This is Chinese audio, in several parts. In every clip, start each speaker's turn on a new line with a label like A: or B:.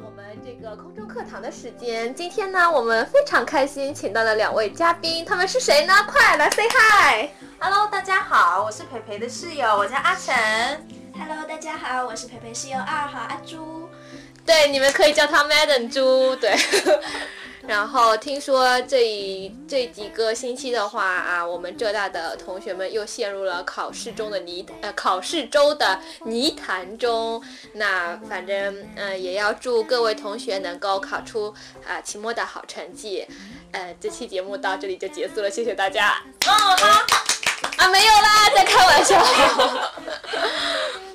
A: 我们这个空中课堂的时间，今天呢，我们非常开心，请到了两位嘉宾，他们是谁呢？快来 say hi！
B: Hello，大家好，我是培培的室友，我叫阿晨。
C: Hello，大家好，我是培培室友二号
B: 啊
C: 阿朱。
A: 对，你们可以叫他 Madam 猪，对。 然后听说这一这几个星期的话啊，我们浙大的同学们又陷入了考试中的泥呃考试周的泥潭中。那反正嗯、呃也要祝各位同学能够考出啊、期末的好成绩。呃，这期节目到这里就结束了，谢谢大家。
B: 哦，好，
A: 啊，没有啦，在开玩笑。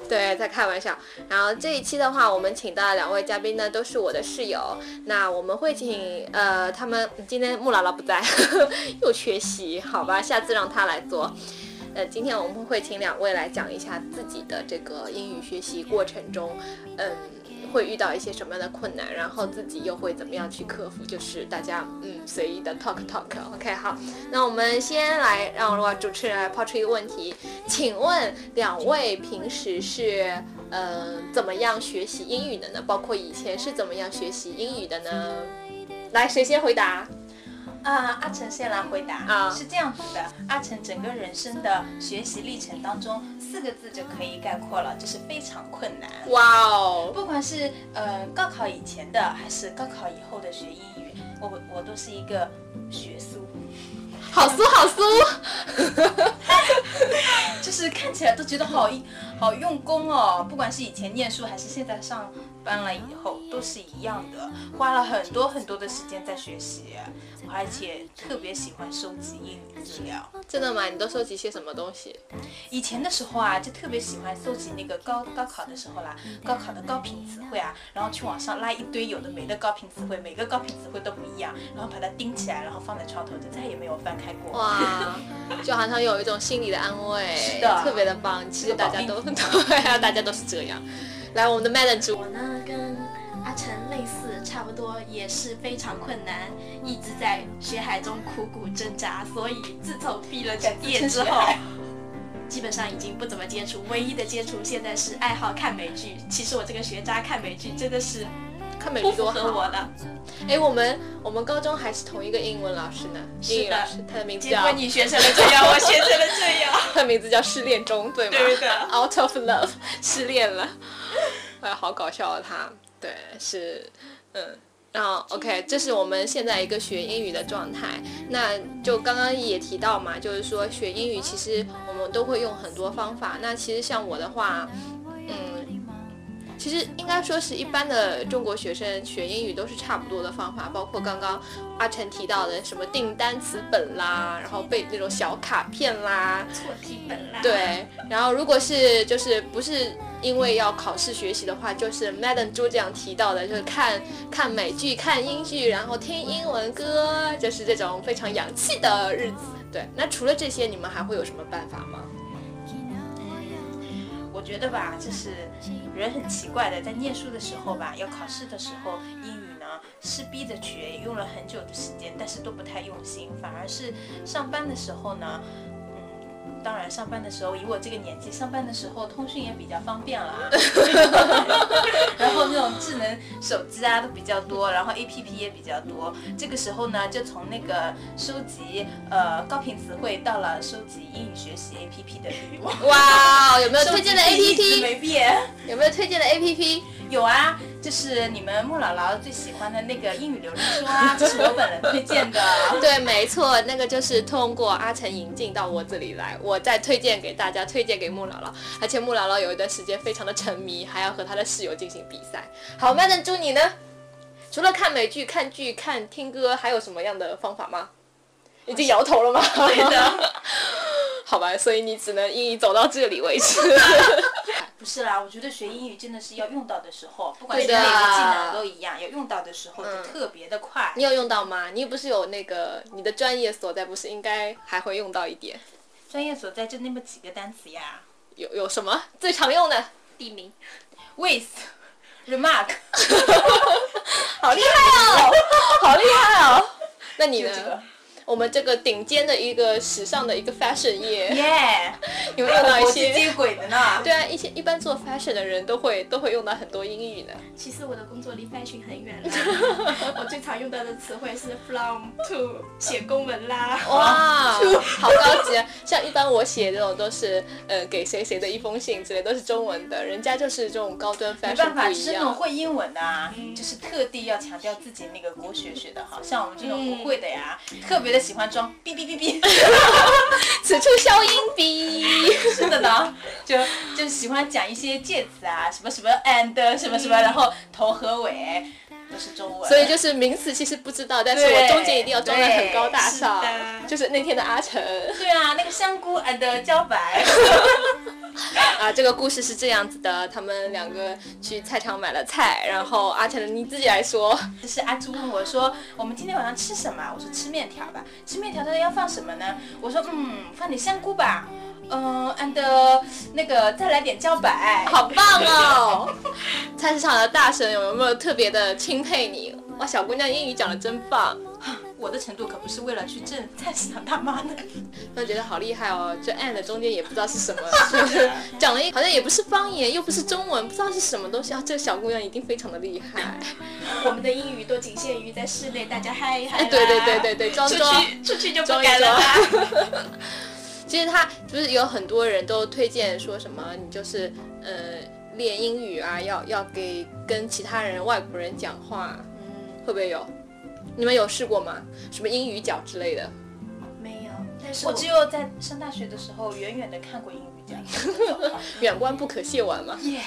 A: 对，在开玩笑。然后这一期的话，我们请到的两位嘉宾呢，都是我的室友。那我们会请呃，他们今天穆姥姥不在， 又缺席，好吧，下次让他来做。呃，今天我们会请两位来讲一下自己的这个英语学习过程中，嗯，会遇到一些什么样的困难，然后自己又会怎么样去克服，就是大家嗯随意的 talk talk。OK，好，那我们先来让我主持人来抛出一个问题，请问两位平时是呃怎么样学习英语的呢？包括以前是怎么样学习英语的呢？来，谁先回答？
B: 呃，阿晨先来回答
A: 啊
B: 是这样子的，阿晨整个人生的学习历程当中，四个字就可以概括了，就是非常困难。
A: 哇哦，
B: 不管是呃高考以前的，还是高考以后的学英语，我我都是一个学苏，
A: 好酥好酥！
B: 就是看起来都觉得好一好用功哦。不管是以前念书，还是现在上班了以后，都是一样的，花了很多很多的时间在学习，我而且特别喜欢收集英语资料。
A: 真的吗？你都收集些什么东西？
B: 以前的时候啊，就特别喜欢搜集那个高高考的时候啦，高考的高频词汇啊，然后去网上拉一堆有的没的高频词汇，每个高频词汇都不一样，然后把它钉起来，然后放在床头，就再也没有翻开过。
A: 哇，就好像有一种心理的安慰，
B: 是的
A: 特别的棒。其实
B: 是个
A: 大
B: 宝
A: 家
B: 贝
A: 都 对啊，大家都是这样。来，我们的 Madam 主
C: 我呢跟阿晨类似，差不多也是非常困难，一直在学海中苦苦挣扎。所以自从毕了业之 后， 基本上已经不怎么接触，唯一的接触现在是爱好看美剧。其实我这个学渣看美剧真的是
A: 看美
C: 不
A: 剧
C: 符
A: 多
C: 合
A: 好。
C: 我 的。
A: 哎，我们我们高中还是同一个英文老师呢，
C: 是的
A: 英语老师，他的名字
C: 结
A: 叫
C: 果你学成了这样，我学成了这样。
A: 他的名字叫失恋中，对吗？
B: 对的
A: Out of love，失恋了。哎，好搞笑啊！他，对，是，嗯。然后 OK，这是我们现在一个学英语的状态。那就刚刚也提到嘛，就是说学英语其实我们都会用很多方法。那其实像我的话，嗯，其实应该说是一般的中国学生学英语都是差不多的方法，包括刚刚阿晨提到的什么订单词本啦，然后背那种小卡片啦，
C: 错题 本啦。
A: 对，啊然后如果是就是不是因为要考试学习的话，就是 Madam 朱这样提到的，就是看看美剧、看英剧，然后听英文歌，就是这种非常洋气的日子。对，那除了这些，你们还会有什么办法吗？
B: 我觉得吧，就是人很奇怪的，在念书的时候吧，要考试的时候，英语呢是逼着学，用了很久的时间，但是都不太用心，反而是上班的时候呢。嗯，当然，上班的时候，以我这个年纪，上班的时候通讯也比较方便了啊， 然后那种智能手机啊都比较多，然后 A P P 也比较多。这个时候呢，就从那个收集呃高频词汇到了收集英语学习 A P P 的欲望。
A: 哇，哦有没呃有推荐的
B: 手机一直
A: APP？
B: 没变。
A: 有没有推荐的 APP？
B: 有啊，就是你们穆姥姥最喜欢的那个英语流利说 啊，这是我本人推荐的。
A: 对，没错，那个就是通过阿成引进到我这里来，我再推荐给大家，推荐给穆姥姥。而且穆姥姥有一段时间非常的沉迷，还要和她的室友进行比赛。好，麦登猪你呢？除了看美剧、看剧、看听歌，还有什么样的方法吗？已经摇头了吗？ 对的。好吧，所以你只能英语走到这里为止。
B: 不是啦，我觉得学英语真的是要用到的时候，不管是
A: 对
B: 哪
A: 的嗯
B: 个技能都一样，要用到的时候就特别的快。
A: 你有用到吗？你不是有那个你的专业所在，不是应该还会用到一点？
B: 专业所在就那么几个单词呀
A: 有有什么最常用的？
C: 地名。
B: ，with、remark
A: 好厉害哦，好厉害哦！那你
B: 就
A: 呢？
B: 这个。
A: 我们这个顶尖的一个时尚的一个 fashion 业，
B: 耶，
A: 有没有用到一
B: 国际
A: 些？
B: 接轨的呢。
A: 对啊，一些一般做 fashion 的人都会都会用到很多英语呢。
C: 其实我的工作离 fashion 很远啦，我最常用到的词汇是 from to 写公文啦。
A: 哦哇，好高级啊！像一般我写这种都是呃给谁谁的一封信之类，都是中文的，人家就是这种高端
B: 没
A: fashion
B: 办法，
A: 不
B: 就
A: 一
B: 是那种
A: 样。
B: 会英文的啊，
C: 嗯
B: 就是特地要强调自己那个国学学的好，像我们这
A: 嗯
B: 种不会的呀，特别的喜欢装哔哔哔哔，
A: 此处消音逼。
B: 是的呢，就就喜欢讲一些介词啊，什么什么 and 什么什么，然后头和尾都是中 文，
A: 所以就是名词其实不知道，但是我
B: 对
A: 中间一定要装的很高大
C: 对是的
A: 上，就是那天的阿成
B: 对啊，那个香菇 and 茭白，
A: 啊。这个故事是这样子的，他们两个去菜场买了菜，然后阿成你自己来说，
B: 就是阿朱问我说，我们今天晚上吃什么？我说吃面条吧，吃面条他说要放什么呢？我说嗯，放点香菇吧，嗯、and 那个再来点茭白，
A: 好棒哦！菜市场的大神有没有特别的钦佩你？哇，小姑娘英语讲的真棒，
B: 我的程度可不是为了去挣菜市场大妈的，
A: 都觉得好厉害哦。这 and 中间也不知道是什么， 就是讲了一好像也不是方言，又不是中文，不知道是什么东西啊。这小姑娘一定非常的厉害。
C: 我们的英语都仅限于在室内大家嗨一嗨啦。
A: 哎对对对对对，啊装
C: 出
A: 装。
C: 去出去就不
A: 装一
C: 敢了啦。
A: 其实他就是有很多人都推荐说什么，你就是呃练英语啊，要要给跟其他人外国人讲话，
C: 嗯
A: 会不会有？你们有试过吗？什么英语角之类的？
C: 没有，但是
B: 我只有在上大学的时候远远的看过英语讲，
A: 远观不可亵玩嘛。
B: 耶、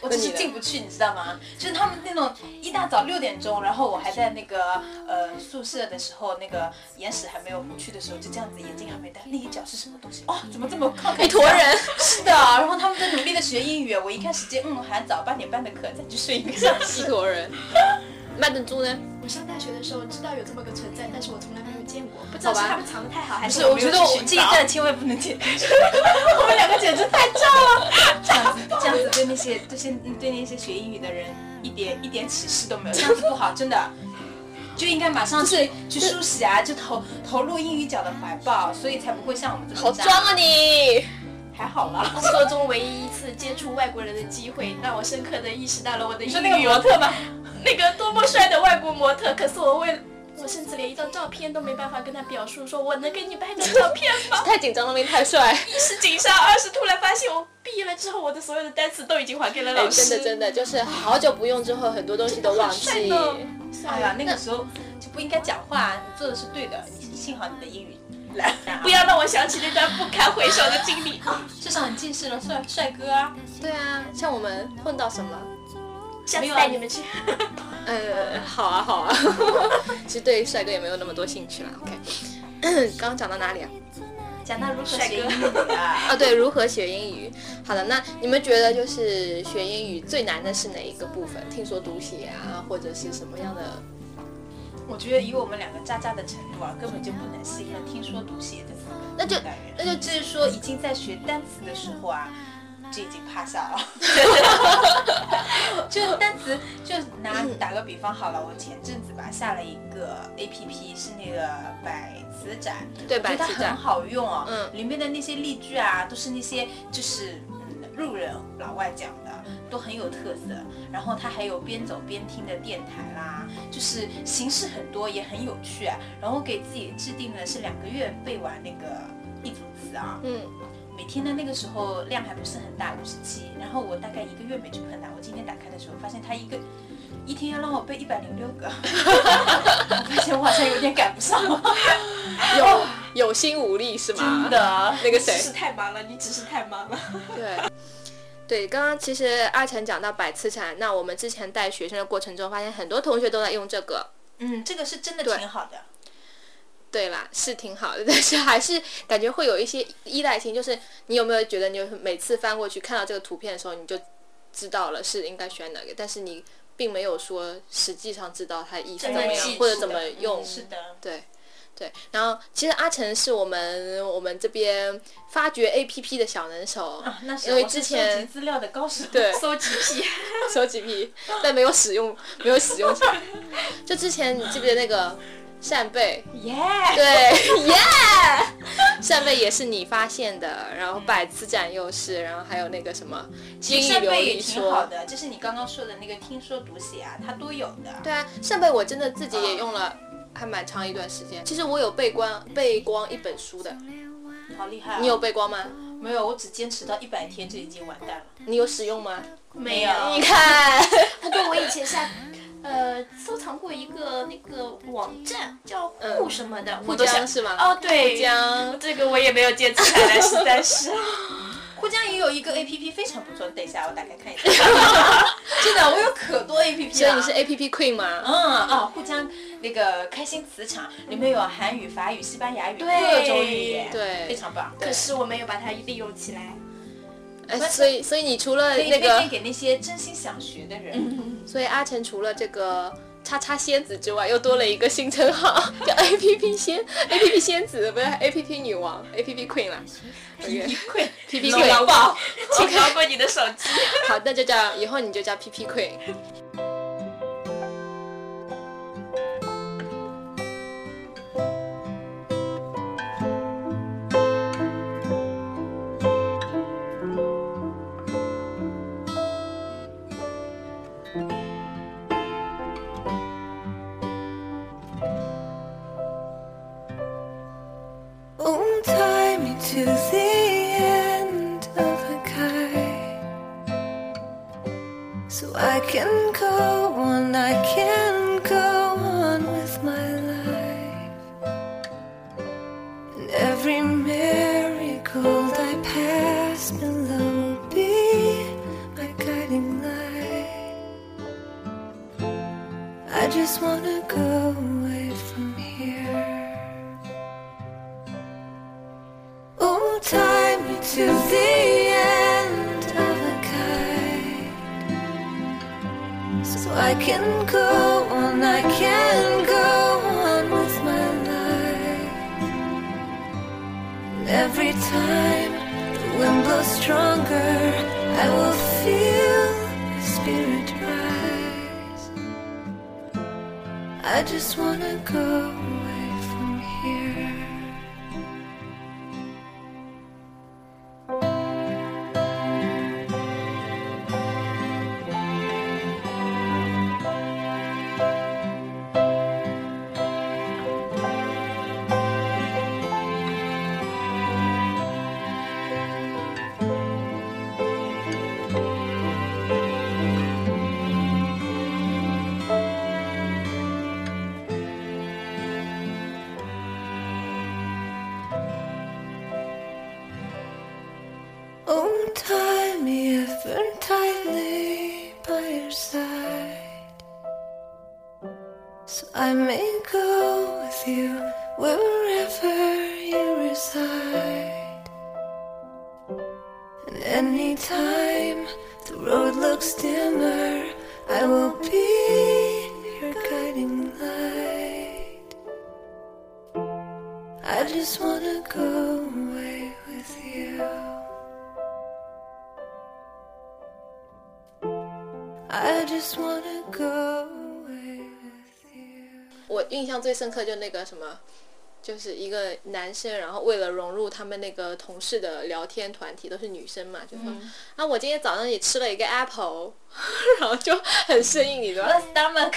B: 我就是进不去，你知道吗？就是他们那种一大早六点钟，然后我还在那个呃宿舍的时候，那个眼屎还没有糊去的时候，就这样子，眼睛还没戴，那一脚是什么东西？哦，怎么这么靠
A: 一坨人，
B: 是的，然后他们在努力的学英语，我一看时间，嗯，还早八点半的课，再去睡一个小时。
A: 一坨人。麦顿猪呢？
C: 我上大学的时候知道有这么个存在，但是我从来没有见过，不知
A: 好
C: 道
A: 吧
C: 是他们藏的太好，还
B: 不
C: 是
B: 是，我
C: 没有
B: 觉得我
C: 去寻
B: 这一
C: 找
B: 段千万不能剪， 我们两个简直太正了。这样子，这样子对那些对些对那些学英语的人一点一点启示都没有，这样子不好，真的。就应该马上去去梳洗啊，就投投入英语角的怀抱，所以才不会像我们这么
A: 好
B: 渣
A: 装啊你！
B: 还好 啦。
C: 初中唯一一次接触外国人的机会，让我深刻的意识到了我的
B: 你
C: 英
B: 说那个
C: 语
B: 模特吗？
C: 那个多么帅的外国模特，可是我为我甚至连一张照片都没办法跟他表述，说我能给你拍张照片吗？
A: 太紧张了，那边太帅。
C: 一 是紧张，二是突然发现我毕业了之后，我的所有的单词都已经还给了
A: 哎
C: 老
A: 真
C: 师。
A: 的真的，就是好久不用之后，很多东西都忘
C: 真
A: 记
C: 的。好帅呢哦
B: 哎呀，那个时候就不应该讲话，你做的是对的，你幸好你的英语来，
C: 不要让我想起那段不堪回首的经历。
B: 至少你见识了帅帅哥啊。
A: 对啊，像我们混到什么？
C: 下
B: 啊
C: 次带你们去。
A: 呃，好啊，好啊。 其实对帅哥也没有那么多兴趣啦。OK，刚 刚讲到哪里啊？
B: 讲到如何
C: 帅
B: 学
C: 哥
B: 英语的。
A: 啊，对，如何学英语？好的，那你们觉得就是学英语最难的是哪一个部分？听说读写啊，或者是什么样的？
B: 我觉得以我们两个渣渣的程度啊，根本就不能是一个听说读写的四个
A: 那就
B: 来源。
A: 那就
B: 就是说，已经在学单词的时候啊，就已经趴下了。 就是单词，就拿
A: 嗯
B: 打个比方好了，我前阵子吧下了一个 A P P，是那个百词斩，
A: 对
B: 我觉
A: 百
B: 得它
A: 词斩
B: 很好用哦。
A: 嗯
B: 里面的那些例句啊，都是那些就是嗯路人老外讲的，都很有特色。然后它还有边走边听的电台啦，就是形式很多，也很有趣、啊。然后给自己制定的是两个月背完那个一组词啊，
A: 嗯，
B: 每天的那个时候量还不是很大，五十七。然后我大概一个月没去碰它，我今天打开的时候发现它一个一天要让我背一百零六个， 我发现我好像有点赶不上。
A: 有有心无力是吗？
B: 的，
A: 那个
C: 只
A: 谁，
C: 是太忙了，你只是太 忙了。
A: 对。对，刚刚其实阿晨讲到百词斩，那我们之前带学生的过程中，发现很多同学都在用这个。
B: 嗯，这个是真的
A: 对
B: 挺好的。
A: 对啦，是挺好的，但 是还是感觉会有一些依赖性。就是你有没有觉得，你每次翻过去看到这个图片的时候，你就知道了是应该选哪个，但是你并没有说实际上知道它意思
C: 真
A: 怎
C: 的
A: 么
C: 记
A: 样
C: 住
A: 或者怎
B: 的
A: 么
B: 嗯
A: 用。
B: 是的，
A: 对，对。然后其实阿成是我们我们这边发掘 A P P 的小能手，
B: 啊，那是
A: 因为
B: 我
A: 之
B: 是收
A: 前
B: 集资料的高手。
A: 对
C: 搜集 癖，
A: 手几批，但没有使用，没有使用起来。就之前你记不记得那个扇贝，
B: 耶、
A: 对，耶、扇贝也是你发现的，然后百词斩又是，然后还有那个什么金鱼
B: 其实扇
A: 琉
B: 贝也
A: 璃
B: 挺好
A: 说。
B: 的，就是你刚刚说的那个听说读写啊，它都有的。
A: 对啊，扇贝我真的自己也用了，还蛮长一段时间。其实我有背光背光一本书的，
B: 好厉害、啊！
A: 你有背光吗？
B: 没有？我只坚持到一百天就已经完蛋了。
A: 你有使用吗？
C: 没
B: 有
A: 你看，
C: 不过我以前下，呃，收藏过一个那个网站叫户什么的，
A: 互
C: 互
A: 江是吗？
C: 哦，对，
A: 互江，
C: 这个我也没有坚持下来，实在是。
B: 沪江也有一个 A P P 非常不错，等一下我打开 看一下。真的，我有可多 A P P
A: 所以
B: 了。
A: 你是 A P P Queen 吗？
B: 嗯哦，沪江那个开心磁场里面有韩语、法语、西班牙语
C: 对
B: 各种语言，
A: 对
B: 非常棒。
A: 对
C: 可是我没有把它利用起来。
A: 哎，所以所以你除了
B: 可以
A: 那
B: 推
A: 个嗯
B: 荐给那些真心想学的人。
A: 所以阿成除了这个叉叉仙子之外，又多了一个新称号，叫 A P P 仙 A P P 仙子，不是 A P P 女王 A P P Queen 啦。OK，
B: 会
A: P P
B: 龙阳
A: Queen，
B: 宝，请 拿过你的手机。
A: 好，那就叫以后你就叫 P P Queen。
D: Oh, tie me to the end of a kite so I can go on, I can go on with my life. And every marigold I pass below will be my guiding light. I just wanna go away from here. Oh, tie me to the end of a kite So I can go on, I can go on with my life And every time the wind blows stronger I will feel my spirit rise I just wanna go away from here Oh, tie me ever tightly by your side. So I may go with you wherever you reside. And any time the road looks dimmer, I will be your guiding light. I just wanna go away with you. I just wanna go away with you.
A: 我印象最深刻就那个什么，就是一个男生，然后为了融入他们那个同事的聊天团体，都是女生嘛，就说、啊，我今天早上也吃了一个 apple，然 后就很生硬，你知道吗？
B: stomach，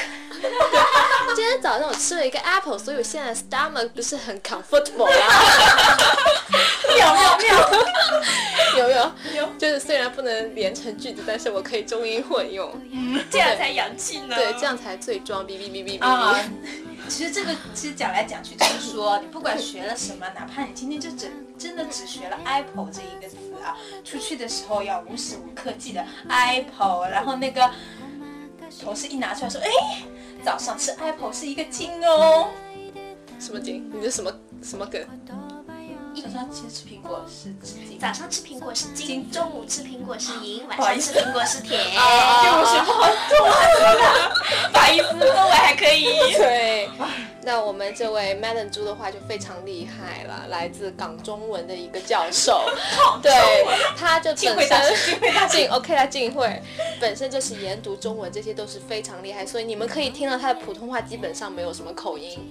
A: 今天早上我吃了一个 apple，所以我现在 stomach 不是很 comfortable 啦、
B: 妙妙妙，
A: 有没有？就是虽然不能连成句子，但是我可以中英混用，
C: 这样才洋气呢。
A: 对，这样才最装逼逼逼逼逼。
B: 啊。其实这个其实讲来讲去就是说，你不管学了什么，哪怕你今天就只真的只学了 apple 这一个词啊，出去的时候要无时无刻记得 apple，然后那个同事一拿出来说，哎，早上吃 apple 是一个精哦。
A: 什么经？你这什么什么梗？
B: 早上其实吃苹果是吃精，
C: 早上吃苹果是金，
B: 金
C: 中午吃苹果是银，晚
B: 好
C: 上
B: 意
C: 吃
B: 思
C: 苹果是甜。
A: 啊
B: 不好做，不好意思，中文还可以。
A: 对，那我们这位 Madam 猪的话就非常厉害了，来自港中文的一个教 授，对，他就
B: 进
A: 本
B: 会大
A: 身
B: 师，进会 大师。
A: 进 OK 他进会，本身就是研读中文，这些都是非常厉害，所以你们可以听到他的普通话基本上没有什么口音。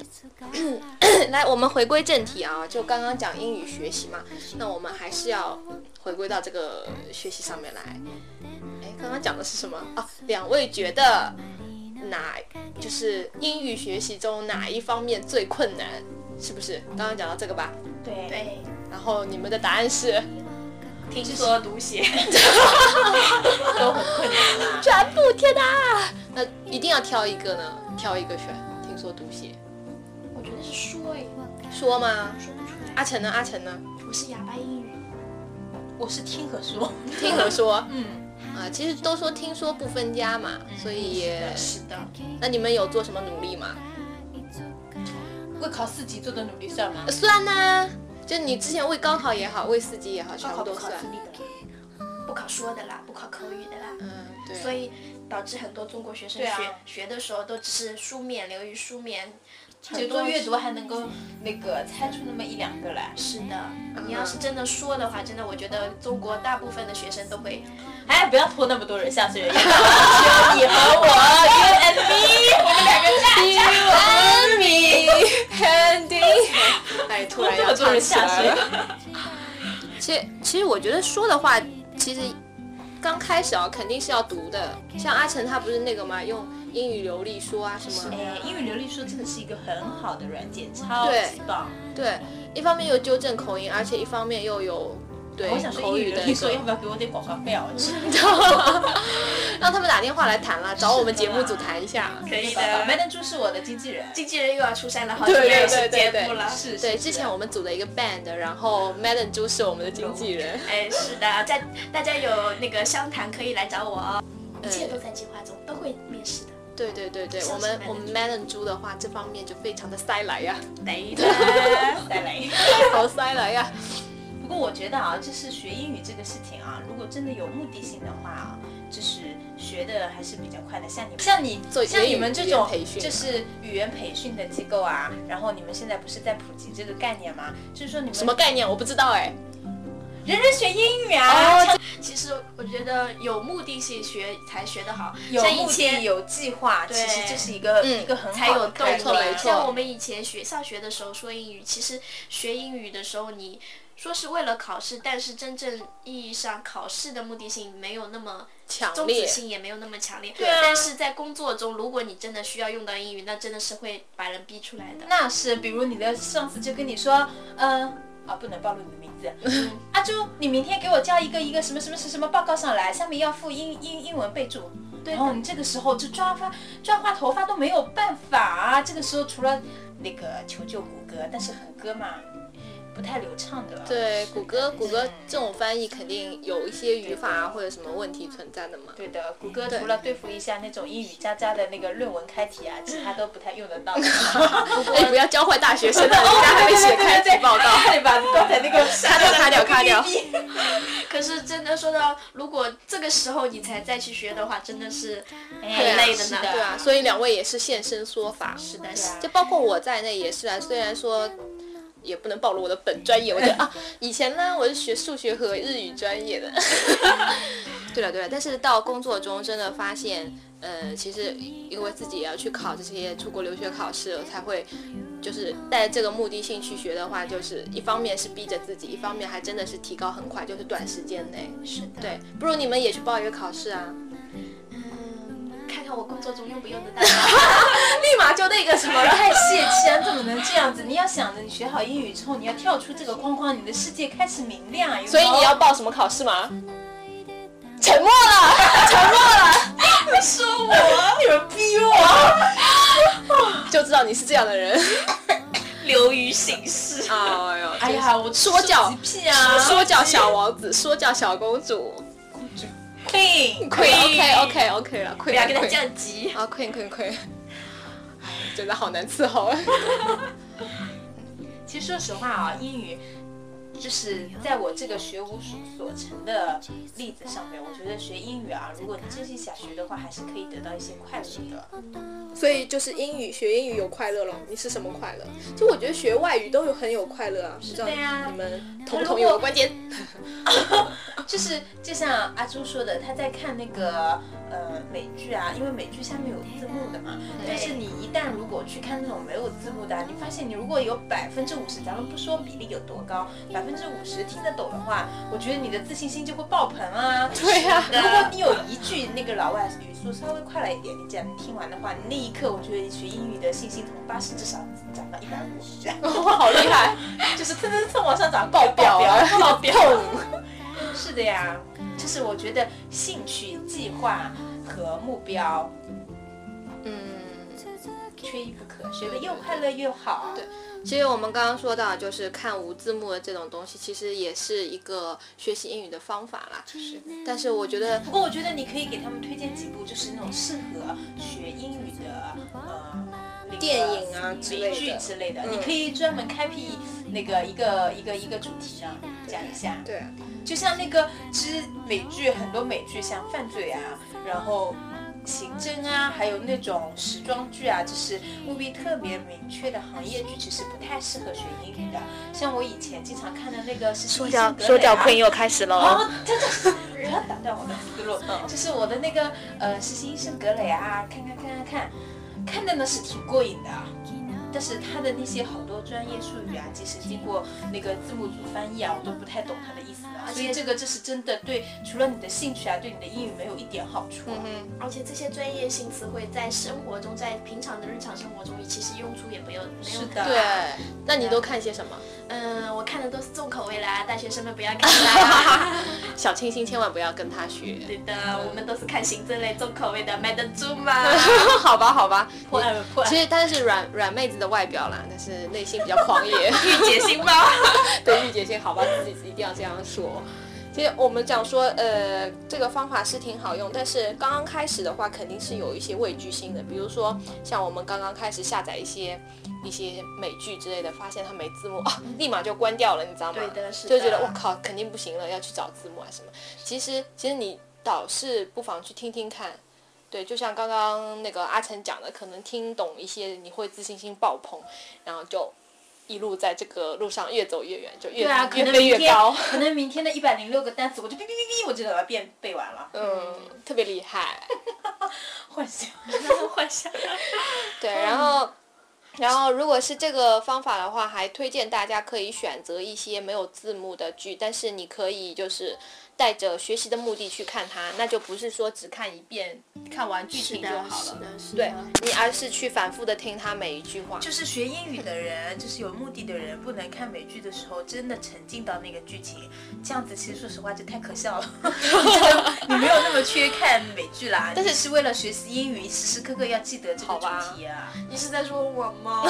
A: 来，我们回归正题啊，就刚刚讲英语学习嘛，那我们还是要回归到这个学习上面来。哎，刚刚讲的是什么啊？两位觉得哪就是英语学习中哪一方面最困难？是不是？刚刚讲到这个吧，
B: 对，
C: 对，
A: 然后你们的答案是
B: 听说读写都很困难啊。
A: 全部，天哪！那一定要挑一个呢，挑一个选。听说读写
C: 我觉得是说诶，
A: 说吗？
C: 说不出来。
A: 阿晨呢？阿晨呢？
C: 我是哑巴英语，
B: 我是听和说，
A: 听和说
B: 嗯，
A: 啊，其实都说听说不分家嘛，所以也
B: 是的。
A: 那你们有做什么努力吗？
B: 为考四级做的努力算吗？
A: 算呃呢、就你之前为高考也好，为四级也好，全
C: 高
B: 呃
A: 部都
C: 考不考
A: 算
C: 自。立的，不考说的啦，不考口语的啦。
A: 嗯，对。
C: 所以导致很多中国学生
B: 对
C: 学、
B: 啊
C: 学的时候都只是书面，流于书面，
B: 就
C: 很
B: 做
C: 多
B: 阅读还能够那个猜出那么一两个来。
C: 是的。你要是真的说的话，真的我觉得中国大部分的学生都会
B: 哎，不要拖那么多人下 水，只有你和我，you and me，我们两个站
A: You and me, handy。哎，突然要
B: 做
A: 唱
B: 人
A: 起
B: 下
A: 来
B: 水
A: 了。。其实，其实我觉得说的话，其实刚开始啊，肯定是要读的。像阿成他不是那个嘛，用英语流利说啊什么，
B: 哎，英语流利说真的是一个很好的软件，超
A: 对
B: 级棒。
A: 对，一方面又纠正口音，而且一方面又有对
B: 我想说
A: 口
B: 英
A: 语
B: 语流
A: 的一
B: 利说要
A: 个，
B: 不要给我点广告费啊？ 我去
A: 让他们打电话来谈了，找我们节目组谈一下。
B: 可以的，麦登猪是我的经纪人。
C: 经纪人又要出山了， 好久
A: 对
C: 没有
A: 对对
C: 时间
A: 对
C: 不了
A: 对，。
B: 啊是，
A: 对，
B: 是
A: 之前我们组了一个 band，然后 Madam 朱是我们的经纪人，
C: 哎，是的，在大家有那个商谈可以来找我哦，一
A: 嗯
C: 切都在计划中，都会面试的。
A: 对对对对，
C: 像
A: 我们
C: 是 Madam
A: 我们 Madam 朱的话，这方面就非常的塞来呀，
B: 等一 下，再来一个。
A: 好塞来呀，
B: 不过我觉得啊，就是学英语这个事情啊，如果真的有目的性的话啊，就是学的还是比较快的。像你像你
A: 做
B: 像你们这种
A: 语言培训
B: 就是语言培训的机构啊，然后你们现在不是在普及这个概念吗？就是说你们
A: 什么概念？我不知道哎。
B: 人人学英语啊，
A: 哦
B: 像
C: 其实我觉得有目的性学才学得好，
B: 有
C: 像以
B: 目的
C: 前
B: 有计划，
C: 对
B: 其实这是一个、
A: 嗯
B: 一个很
C: 才
B: 好
C: 有
B: 的
C: 动
B: 概
C: 力。
A: 没错没
B: 念。
A: 错
C: 像我们以前学上学的时候说英语，其实学英语的时候，你说是为了考试，但是真正意义上考试的目的性没有那么
A: 强
C: 终
A: 烈
C: 止性也没有那么强烈。
B: 对啊
C: 但是在工作中，如果你真的需要用到英语，那真的是会把人逼出来的。
B: 那是，比如你的上司就跟你说，嗯、啊，不能暴露你的名字。阿朱，你明天给我交一个一个什么什么什么什么报告上来，上面要附英英英文备注。
C: 对
B: 然后你这个时候就抓发抓花头发都没有办法啊！这个时候除了那个求救谷歌，但是谷歌嘛，不太流畅的。，
A: 对，谷歌谷歌这种翻译肯定有一些语法啊或者什么问题存在的嘛。
B: 对的，谷歌除了对付一下那种英语渣渣的那个论文开题啊，其他都不太用得到。
A: 哎，不要教坏大学生的，人家还会写开题报告。
B: 对吧？刚才那个
A: 咔掉咔掉咔掉。
C: 可是真的说到，如果这个时候你才再去学的话，真的是很
B: 对啊
C: 累的
B: 是
C: 呢。
B: 的
A: 对啊，所以两位也是现身说法。是
C: 的
B: 是的
A: 就包括我在内也是啊。虽然说也不能暴露我的本专业，我觉得啊，以前呢我是学数学和日语专业的。 对了对了，但是到工作中真的发现，呃，其实因为自己也要去考这些出国留学考试，我才会就是带着这个目的性去学的话，就是一方面是逼着自己，一方面还真的是提高很快，就是短时间内。
C: 是的。
A: 对，不如你们也去报一个考试啊，
C: 嗯，看看我工作中用不用得到吧。
A: 立马就那个什么了。
B: 太泄气了，怎么能这样子？你要想着你学好英语之后，你要跳出这个框框，你的世界开始明亮。有没有
A: 所以你要报什么考试吗？沉默了，沉默了，
B: 说我，你们逼我，
A: 就知道你是这样 的人。
B: 流于形式。
A: 哎 呦，
B: 哎呀，我
A: 说教
B: 吃鸡屁啊，
A: 说教小王子，说教小公主
B: queen
A: ，Queen，OK OK OK 了
C: 不
A: ，Queen，
C: 要跟他
A: Queen
C: 降级。
A: 啊，Queen Queen Queen，哎啊真的好难伺候。
B: 其实说实话啊，英语就是在我这个学无所成的例子上面，我觉得学英语啊，如果你真心想学的话，还是可以得到一些快乐的。
E: 所以就是英语学英语有快乐咯，你是什么快乐？就我觉得学外语都有很有快乐啊，不知道
B: 的呀
E: 你们统统有个关键。
B: 就是就像阿朱说的，他在看那个呃美剧啊，因为美剧下面有字幕的嘛。但是你一旦如果去看那种没有字幕的啊，你发现你如果有百分之五十，咱们不说比例有多高，百分之五十听得懂的话，我觉得你的自信心就会爆棚啊。
E: 对呀
B: 如果你有一句那个老外语速稍微快了一点，你这样听完的话，你那一刻我觉得你学英语的信心从八十至少涨到一百五 十，这样
E: 哇，好厉害！
B: 就是蹭蹭蹭往上涨，
E: 爆表啊
B: 爆表。 是的呀，就是我觉得兴趣、计划和目标
A: 嗯，
B: 缺一不可，学的又快乐又好。对，
A: 其实我们刚刚说到，就是看无字幕的这种东西，其实也是一个学习英语的方法啦。是，但是我觉得
B: 不过我觉得你可以给他们推荐几部，就是那种适合学英语的呃那个
E: 电影啊之类的
B: 美剧之类的，
E: 嗯
B: 你可以专门开辟那个一个一个一个主题啊，讲一下。
E: 对啊，
B: 就像那个，其实美剧很多美剧，像犯罪啊，然后刑侦啊，还有那种时装剧啊，就是务必特别明确的行业剧，其实不太适合学英语的。像我以前经常看的那个是
A: 说
B: 教
A: 教说教
B: 朋
A: queen
B: 友。
A: 又开始了哦。
B: 哦，真的是不要打断我的思路，就是我的那个呃实习医生格雷啊，看看看看看，看的呢是挺过瘾的，啊但是他的那些好多专业术语啊，即使经过那个字幕组翻译啊，我都不太懂他的意思啊。所以这个这是真的对，除了你的兴趣啊，对你的英语没有一点好处。
C: 而且这些专业性词汇在生活中，在平常的日常生活中，其实用处也没有没有
B: 是
C: 很
B: 的
C: 大
A: 对，那你都看些什么？
C: 嗯，我看的都是重口味啦，大学生们不要看啦。
A: 小清新千万不要跟他学。
C: 对的，我们都是看行政类重口味的，买得 住吗？
A: 好吧，好吧，
B: 破案破案
A: 其，实但是软软妹子的外表啦，但是内心比较狂野。
C: 御姐心吧。
A: 对御姐先好吧，自己一定要这样说。
E: 其实我们讲说，呃，这个方法是挺好用，但是刚刚开始的话，肯定是有一些畏惧心的。比如说，像我们刚刚开始下载一些一些美剧之类的，发现它没字幕 啊，立马就关掉了，你知道吗？
C: 对的是
E: 就觉
C: 的
E: 得我靠，肯定不行了，要去找字幕啊什么。其实，其实你倒是不妨去听听看。对，就像刚刚那个阿成讲的，可能听懂一些，你会自信心爆棚，然后就一路在这个路上越走越远，就越、
B: 对啊，可
E: 越
B: 能
E: 飞
B: 明
E: 越
B: 天
E: 高。
B: 可能明天的一百零六个单词，我就哔哔哔哔，我就把它背背完了。
E: 嗯，特别厉害。
B: 幻想，幻想。
E: 对，然后，然后如果是这个方法的话，还推荐大家可以选择一些没有字幕的剧，但是你可以就是带着学习的目的去看它，那就不是说只看一遍，看完剧情就好了。
C: 是
E: 对你，而是去反复的听它每一句话。
B: 就是学英语的人，就是有目的的人，不能看美剧的时候真的沉浸到那个剧情，这样子其实说实话就太可笑了。 你没有那么缺看美剧啦，但是是为了学习英语，时时刻刻要记得这个
E: 好吧
B: 主题啊。
C: 你是在说我 吗？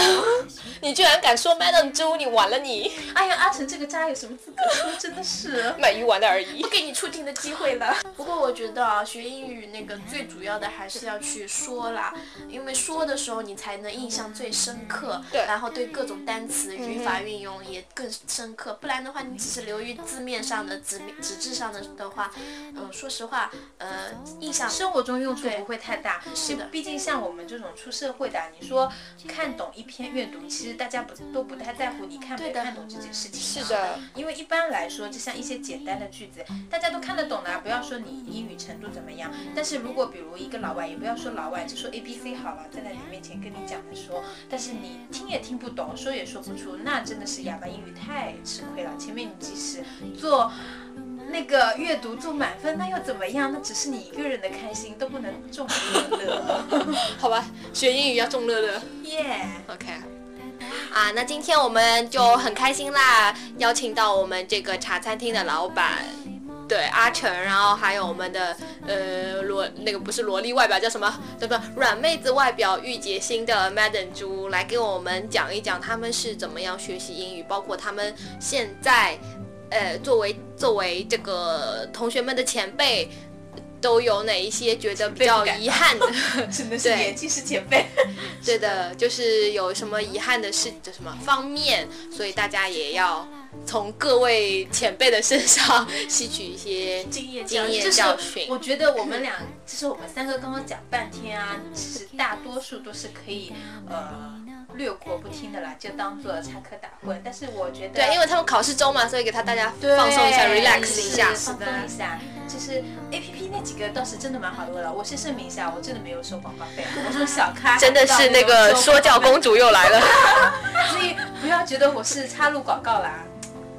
E: 你居然敢说 Madam 猪，你完了你，
B: 哎呀，阿成这个渣有什么资格说？真的是
E: 。买鱼丸的而已
C: 不。给你出庭的机会了。不过我觉得啊，学英语那个最主要的还是要去说啦，因为说的时候你才能印象最深刻，
E: 对
C: 然后对各种单词、语法运用也更深刻。不然的话，你只是流于字面上的、纸面纸质上的的话，嗯，说实话，呃，印象
B: 生活中用处
C: 对
B: 不会太大，
C: 是的
B: 就毕竟像我们这种出社会的啊，你说看懂一篇阅读，其实大家不都不太在乎你看没
C: 对的
B: 看懂这件事情。啊
E: 是的，
B: 因为一般来说，就像一些简单的句子，大家都看得懂的啊、不要说你英语程度怎么样，但是如果比如一个老外，也不要说老外，就说 A B C 好了，站在你面前跟你讲的说，但是你听也听不懂，说也说不出，那真的是哑巴英语太吃亏了。前面你即使做。那个阅读做满分，那又怎么样？那只是你一个人的开心，都不能众人的乐。
E: 好吧，学英语要中乐乐。
B: 耶、
A: OK。啊，那今天我们就很开心啦，邀请到我们这个茶餐厅的老板，对阿成，然后还有我们的呃萝那个不是萝莉外表叫什么？ 叫做软妹子外表御姐心的 Madam 猪来给我们讲一讲他们是怎么样学习英语，包括他们现在呃作为作为这个同学们的前辈。都有哪一些觉得比较
B: 辈不敢
A: 遗憾的？
B: 只能是
A: 对
B: 年纪是前辈。
A: 对的，就是有什么遗憾的事，就什么方面，所以大家也要从各位前辈的身上吸取一些
B: 经验
A: 经验
B: 这是
A: 教训
B: 我觉得我们俩，就是我们三个刚刚讲半天啊，其实大多数都是可以呃略过不听的啦，就当做插科打诨。但是我觉 得，
A: 对，因为他们考试周嘛，所以给他大家放松一下
B: 对
A: ，relax
B: 是
A: 一下。
B: 放松一下。就是 A P P 那几个倒是真的蛮好用的，我先声明一下，我真的没有收广告费啊，我是小 咖，
A: 真的是那
B: 到
A: 个
B: 种
A: 说教公主又来 了，
B: 所以不要觉得我是插入广告啦。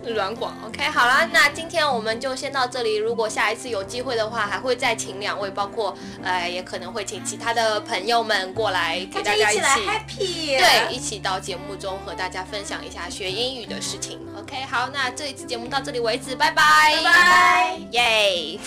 A: 软广。OK，好啦，那今天我们就先到这里。如果下一次有机会的话，还会再请两位，包括呃，也可能会请其他的朋友们过来给大家
B: 一起来 happy，
A: 对，一起到节目中和大家分享一下学英语的事情。OK，好，那这一期节目到这里为止，拜拜，拜
B: 拜，
A: 耶。